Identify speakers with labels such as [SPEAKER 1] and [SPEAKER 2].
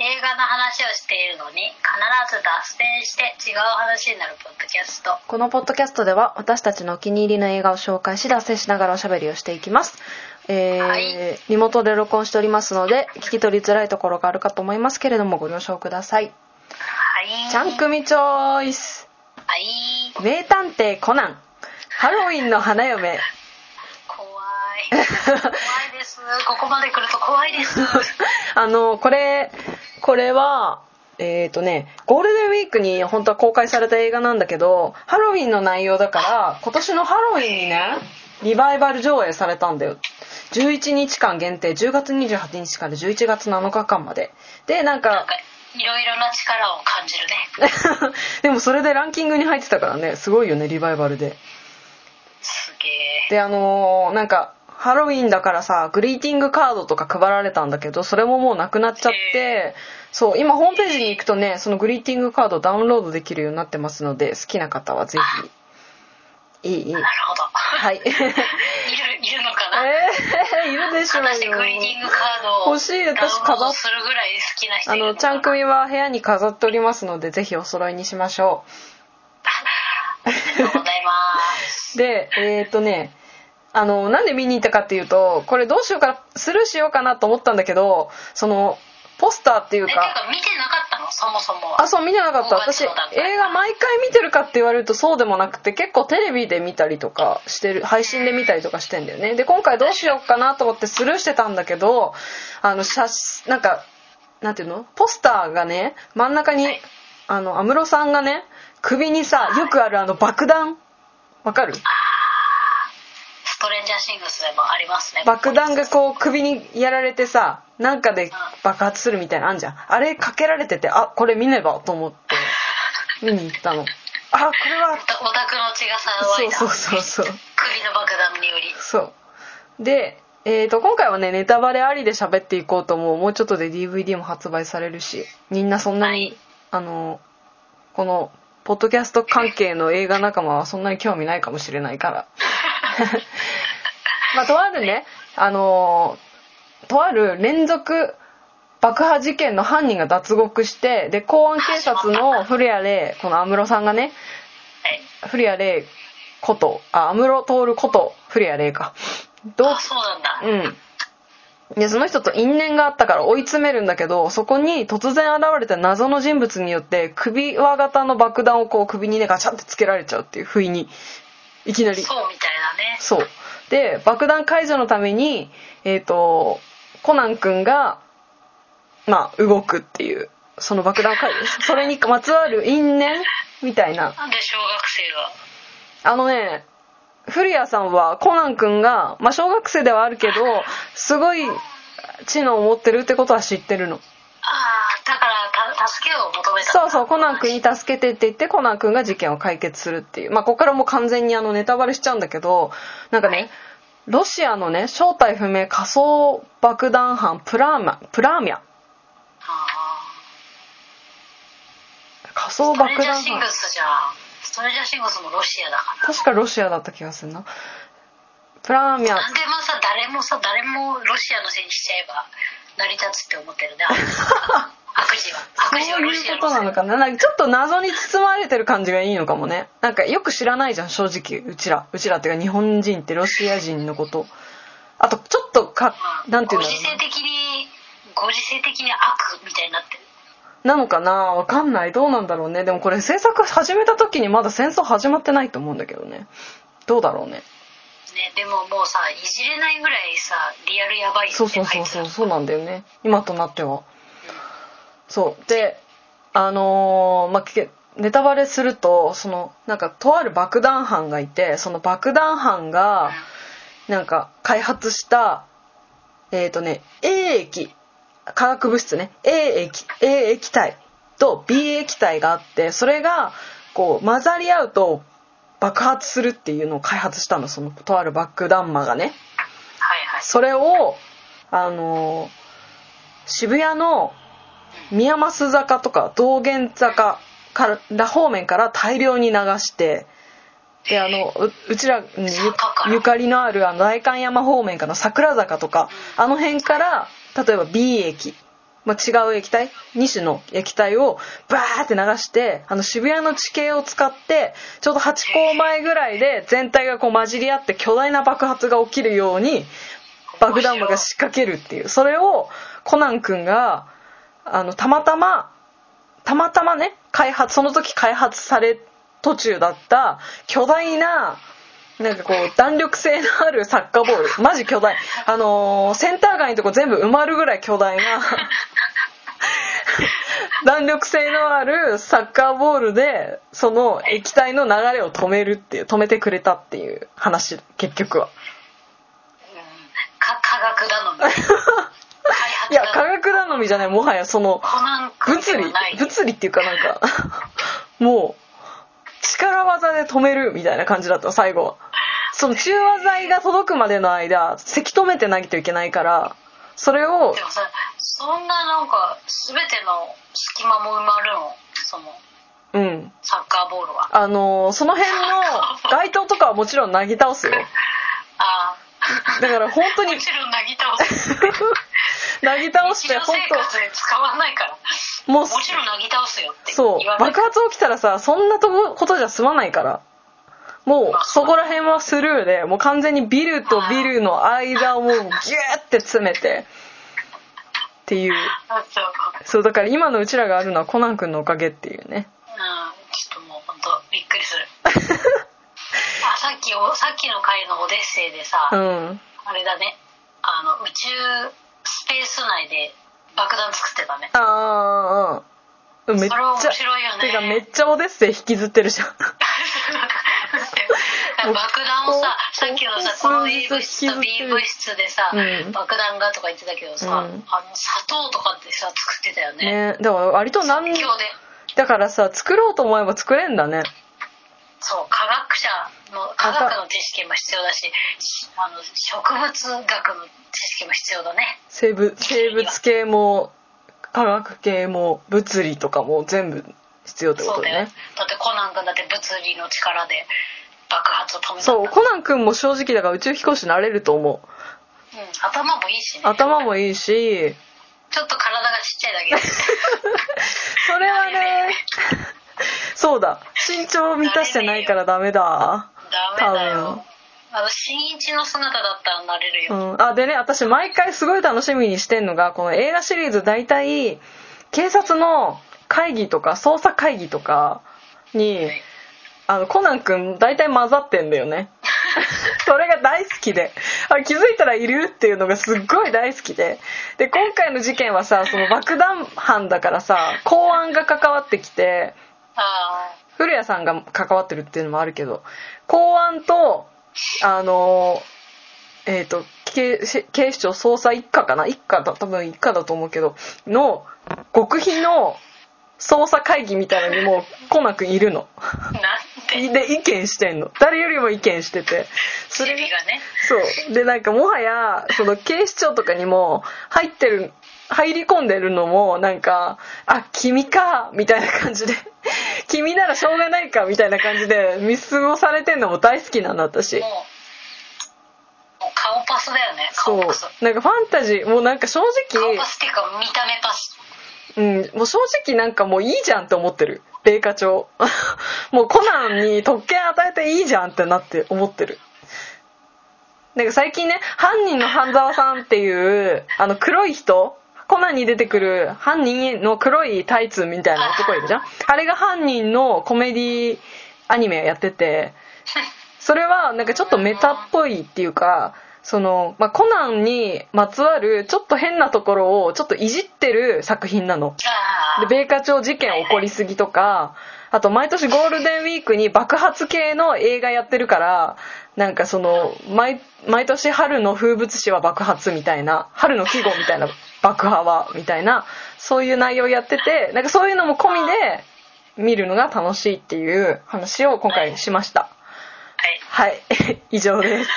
[SPEAKER 1] 映画の話をしているのに必ず脱線して違う話になるポッドキャスト
[SPEAKER 2] このポッドキャストでは私たちのお気に入りの映画を紹介し脱線しながらおしゃべりをしていきます、えー
[SPEAKER 1] はい
[SPEAKER 2] リモートで録音しておりますので聞き取りづらいところがあるかと思いますけれどもご了承ください
[SPEAKER 1] はい
[SPEAKER 2] ちゃん
[SPEAKER 1] は
[SPEAKER 2] 組チョイス
[SPEAKER 1] い
[SPEAKER 2] 名探偵コナンハロウィンの花嫁
[SPEAKER 1] 怖い怖いですここまで来ると怖いです
[SPEAKER 2] あのこれこれはえっ、とねゴールデンウィークに本当は公開された映画なんだけどハロウィンの内容だから今年のハロウィンにねリバイバル上映されたんだよ11日間限定10月28日から11月7日間まででなん
[SPEAKER 1] なん
[SPEAKER 2] か
[SPEAKER 1] かいろいろな力を感じるね
[SPEAKER 2] でもそれでランキングに入ってたからねすごいよねリバイバルです
[SPEAKER 1] げえ
[SPEAKER 2] であのーなんかハロウィンだからさグリーティングカードとか配られたんだけどそれももうなくなっちゃってそう今ホームページに行くとねそのグリーティングカードダウンロードできるようになってますので好きな方はぜひいいいい
[SPEAKER 1] なるほど
[SPEAKER 2] はい え
[SPEAKER 1] いるいるのかな、
[SPEAKER 2] ー、いるでしょ
[SPEAKER 1] 果
[SPEAKER 2] う
[SPEAKER 1] た
[SPEAKER 2] よ
[SPEAKER 1] してグリーティングカードを
[SPEAKER 2] 欲しい
[SPEAKER 1] ダウン
[SPEAKER 2] 私
[SPEAKER 1] ロー
[SPEAKER 2] 飾っ
[SPEAKER 1] ドするぐらい好きな人
[SPEAKER 2] あ
[SPEAKER 1] いる
[SPEAKER 2] の
[SPEAKER 1] の
[SPEAKER 2] ちゃ
[SPEAKER 1] か
[SPEAKER 2] ん
[SPEAKER 1] な
[SPEAKER 2] 組は部屋に飾っておりますのでぜひお揃いにしましょ
[SPEAKER 1] ありがとうござい ます
[SPEAKER 2] うでえー、っとねあのなんで見に行ったかっていうとこれどうしようかスルーしようかなと思ったんだけどそのポスターっていう
[SPEAKER 1] えて
[SPEAKER 2] か
[SPEAKER 1] か見てなかったのそもそもは
[SPEAKER 2] あそう見てなかった
[SPEAKER 1] 5
[SPEAKER 2] 私
[SPEAKER 1] 月
[SPEAKER 2] 映
[SPEAKER 1] の段階
[SPEAKER 2] 画毎回見てるかって言われるとそうでもなくて結構テレビで見たりとかしてる配信で見たりとかしてんだよねで今回どうしようかなと思ってスルーしてたんだけどあの写真なんかなんていうのポスターがね真ん中に、
[SPEAKER 1] はい
[SPEAKER 2] あの安室さんがね首にさよくあるあの爆弾わかる
[SPEAKER 1] ストレンジャーシングスでもありますね
[SPEAKER 2] 爆弾がこう首にやられてさなんかで爆発するみたいなのあんじゃんあれかけられててあこれ見ねばと思って見に行ったのあこれは
[SPEAKER 1] オタクの血が3
[SPEAKER 2] そう
[SPEAKER 1] 割だ
[SPEAKER 2] そうそうそう
[SPEAKER 1] 首の爆弾により
[SPEAKER 2] そうでえー、と今回はねネタバレありで喋っていこうと思うもうちょっとで DVD も発売されるしみんなそんなに、
[SPEAKER 1] はい
[SPEAKER 2] あのこのポッドキャスト関係の映画仲間はそんなに興味ないかもしれないから。 まあ、とあるね、あのーとある連続爆破事件の犯人が脱獄してで公安警察の古谷玲この安室さんがね
[SPEAKER 1] はい
[SPEAKER 2] 古谷玲ことあ安室徹こと古谷玲かどう
[SPEAKER 1] あそうなんだ、
[SPEAKER 2] うん。で、その人と因縁があったから追い詰めるんだけど、そこに突然現れた謎の人物によって、首輪型の爆弾をこう首にね、ガチャってつけられちゃうっていう、不意に。いきなり。
[SPEAKER 1] そうみたいだね
[SPEAKER 2] そう。で、爆弾解除のために、えっ、と、コナン君が、まあ、動くっていう、その爆弾解除、それにまつわる因縁みたいな。
[SPEAKER 1] なんで小学生が
[SPEAKER 2] あのね、古谷さんはコナン君が、まあ、小学生ではあるけど、すごい知能を持ってるってことは知ってるの。
[SPEAKER 1] ああだからた助けを求めた
[SPEAKER 2] そうそう、コナン君に助けてって言って、コナン君が事件を解決するっていう。まあ、ここからもう完全にあのネタバレしちゃうんだけど、なんかね、ロシアのね、正体不明仮想爆弾犯プラーマ、プラーミャ。
[SPEAKER 1] あ
[SPEAKER 2] 仮
[SPEAKER 1] ー
[SPEAKER 2] 想
[SPEAKER 1] ストレン
[SPEAKER 2] 爆
[SPEAKER 1] ジャー
[SPEAKER 2] 弾
[SPEAKER 1] シン
[SPEAKER 2] 犯
[SPEAKER 1] グ。スじゃんストレンジャーシングスもロシアだから
[SPEAKER 2] 確かロシアだった気がするな。プラーミャ。
[SPEAKER 1] なんでもさ誰もさ誰もロシアのせいにしちゃえば成り立つって思って るね悪事は悪事
[SPEAKER 2] そ
[SPEAKER 1] は
[SPEAKER 2] う
[SPEAKER 1] ロ
[SPEAKER 2] い
[SPEAKER 1] シア
[SPEAKER 2] う
[SPEAKER 1] の
[SPEAKER 2] こと
[SPEAKER 1] せ
[SPEAKER 2] なのかななんかちょっと謎に包まれてる感じがいいのかもねなんかよく知らないじゃん正直うちらうちらっていうか日本人ってロシア人のことあとちょっとか
[SPEAKER 1] うん
[SPEAKER 2] なんていうん
[SPEAKER 1] ご
[SPEAKER 2] だろ
[SPEAKER 1] 時
[SPEAKER 2] う
[SPEAKER 1] 世的にご時世的に悪みたいになってる
[SPEAKER 2] ななのかなわかんないどうなんだろうねでもこれ制作始めた時にまだ戦争始まってないと思うんだけどねどうだろうね
[SPEAKER 1] ねでももうさいじれないぐらいさリアルやばいよね
[SPEAKER 2] そうそうそうそうそうなんだよね今となってはそうであのーまあけネタバレするとそのなんかとある爆弾犯がいてその爆弾犯が
[SPEAKER 1] あい
[SPEAKER 2] なんか開発したえっ、とね A 液化学物質ね A 液 A 液体と B 液体があってそれがこう混ざり合うと爆発するっていうのを開発したのそのとある爆弾魔がね。
[SPEAKER 1] つはいはい
[SPEAKER 2] それをあのー渋谷の宮益坂とか道玄坂から方面から大量に流してであのううちらにゆ
[SPEAKER 1] 坂から
[SPEAKER 2] ゆかりのあるあの代官山方面から桜坂とかあの辺から例えば B 駅まあ、違う液体2種の液体をバーって流してあの渋谷の地形を使ってちょうど8校前ぐらいで全体がこう混じり合って巨大な爆発が起きるように爆弾魔が仕掛けるっていうそれをコナン君があのたまたまたまたまね開発その時開発され途中だった巨大ななんかこう弾力性のあるサッカーボールマジ巨大あのーセンター街のとこ全部埋まるぐらい巨大な 弾力性のあるサッカーボールでその液体の流れを止めるっていう止めてくれたっていう話結局は
[SPEAKER 1] うんか科学頼み開
[SPEAKER 2] いや
[SPEAKER 1] 発
[SPEAKER 2] 科
[SPEAKER 1] 頼み
[SPEAKER 2] 学頼みじゃないもはやその
[SPEAKER 1] コナン君
[SPEAKER 2] 物
[SPEAKER 1] で
[SPEAKER 2] 理
[SPEAKER 1] はない
[SPEAKER 2] 物理っていうかなんか もう力技で止めるみたいな感じだった最後はその中和剤が届くまでの間せき止めてないといけないからそれを
[SPEAKER 1] でもさそんななんか全ての隙間も埋まるのその
[SPEAKER 2] うん
[SPEAKER 1] サッカーボールは
[SPEAKER 2] あのーその辺 の街灯とかはもちろんなぎ倒すよ
[SPEAKER 1] あ
[SPEAKER 2] だから本当
[SPEAKER 1] あ
[SPEAKER 2] に
[SPEAKER 1] もちろんなぎ倒す
[SPEAKER 2] なぎ 倒し
[SPEAKER 1] 日
[SPEAKER 2] て
[SPEAKER 1] 常
[SPEAKER 2] 本
[SPEAKER 1] 生活で使わないから
[SPEAKER 2] 当もう
[SPEAKER 1] もちろんなぎ倒すよって言
[SPEAKER 2] そう
[SPEAKER 1] わない
[SPEAKER 2] 爆発起きたらさそんなとこことじゃ済まないからもうそこら辺はスルーでもう完全にビルとビルの間をもうギューって詰めてっていう
[SPEAKER 1] あ そう
[SPEAKER 2] そうだから今のうちらがあるのはコナン君のおかげっていうね
[SPEAKER 1] うんちょっともう本当びっくりするあさっきおさっきの回の「オデッセイ」でさ、
[SPEAKER 2] うん
[SPEAKER 1] あれだねあの宇宙スペース内で爆弾作ってたね
[SPEAKER 2] あーあーあーめっち
[SPEAKER 1] それは面
[SPEAKER 2] ゃ
[SPEAKER 1] 白いよね
[SPEAKER 2] てかめっちゃオデッセイ引きずってるじゃん
[SPEAKER 1] 爆弾をささっきのさこの AV 室と BV 室でさ、
[SPEAKER 2] うん
[SPEAKER 1] 爆弾がとか言ってたけどさ、
[SPEAKER 2] うん
[SPEAKER 1] あの砂糖とかってさ作ってたよね
[SPEAKER 2] ねだから割と何
[SPEAKER 1] 今日で
[SPEAKER 2] だからさ作ろうと思えば作れんだね
[SPEAKER 1] そう科学者の科学の知識も必要だししあの植物学の知識も必要だね
[SPEAKER 2] 生物生物系も科学系も物理とかも全部必要ってこ
[SPEAKER 1] そ
[SPEAKER 2] と
[SPEAKER 1] う
[SPEAKER 2] だ
[SPEAKER 1] だ
[SPEAKER 2] よ
[SPEAKER 1] よ
[SPEAKER 2] ね
[SPEAKER 1] だってコナン君だって物理の力で爆発を止めたんだ
[SPEAKER 2] そうコナン君も正直だから宇宙飛行士になれると思う
[SPEAKER 1] うん、頭もいいしね
[SPEAKER 2] 頭もいいし
[SPEAKER 1] ちょっと体がちっちゃいだ けで
[SPEAKER 2] それは ねそうだ身長満たしてないからダメだ
[SPEAKER 1] ダメだよあの新一の姿だったらなれる
[SPEAKER 2] う
[SPEAKER 1] よ、
[SPEAKER 2] ん、あでね私毎回すごい楽しみにしてんのがこの映画シリーズ大体警察の会議とか捜査会議とかにあのコナン君大体混ざってんだよねそれが大好きであ気づいたらいるっていうのがすっごい大好きでで今回の事件はさその爆弾犯だからさ公安が関わってきて
[SPEAKER 1] ああ
[SPEAKER 2] 古谷さんが関わってるっていうのもあるけど公安とあのえっ、と警視警視庁捜査一課かな一課だ多分一課だと思うけどの極秘の捜査会議みたいなのにもうコナン君いるの
[SPEAKER 1] なんて
[SPEAKER 2] で意見してんの誰よりも意見しててそ
[SPEAKER 1] チ
[SPEAKER 2] れ
[SPEAKER 1] ビがね
[SPEAKER 2] そうでなんかもはやその警視庁とかにも入ってる入り込んでるのもなんか「あ君か」みたいな感じで 「君ならしょうがないか」みたいな感じで見過ごされてんのも大好きなんだ私
[SPEAKER 1] もうもう顔パスだよね
[SPEAKER 2] そ
[SPEAKER 1] 顔
[SPEAKER 2] う
[SPEAKER 1] パス
[SPEAKER 2] なんかファンタジーもうなんか正
[SPEAKER 1] 顔
[SPEAKER 2] 直
[SPEAKER 1] パスっていうか見た目パス
[SPEAKER 2] うん、もう正直なんかもういいじゃんって思ってる米花町 もうコナンに特権与えていいじゃんってなって思ってるなんか最近ね犯人の半沢さんっていうあの黒い人コナンに出てくる犯人の黒いタイツみたいな男いるじゃんあれが犯人のコメディアニメやっててそれはなんかちょっとメタっぽいっていうかその、まあ、コナンにまつわるちょっと変なところをちょっといじってる作品なの
[SPEAKER 1] ああ
[SPEAKER 2] で米花町事件起こりすぎとかあと毎年ゴールデンウィークに爆発系の映画やってるからなんかその毎毎年春の風物詩は爆発みたいな春の季語みたいな爆破はみたいなそういう内容やっててなんかそういうのも込みで見るのが楽しいっていう話を今回しました
[SPEAKER 1] はい
[SPEAKER 2] はい以上です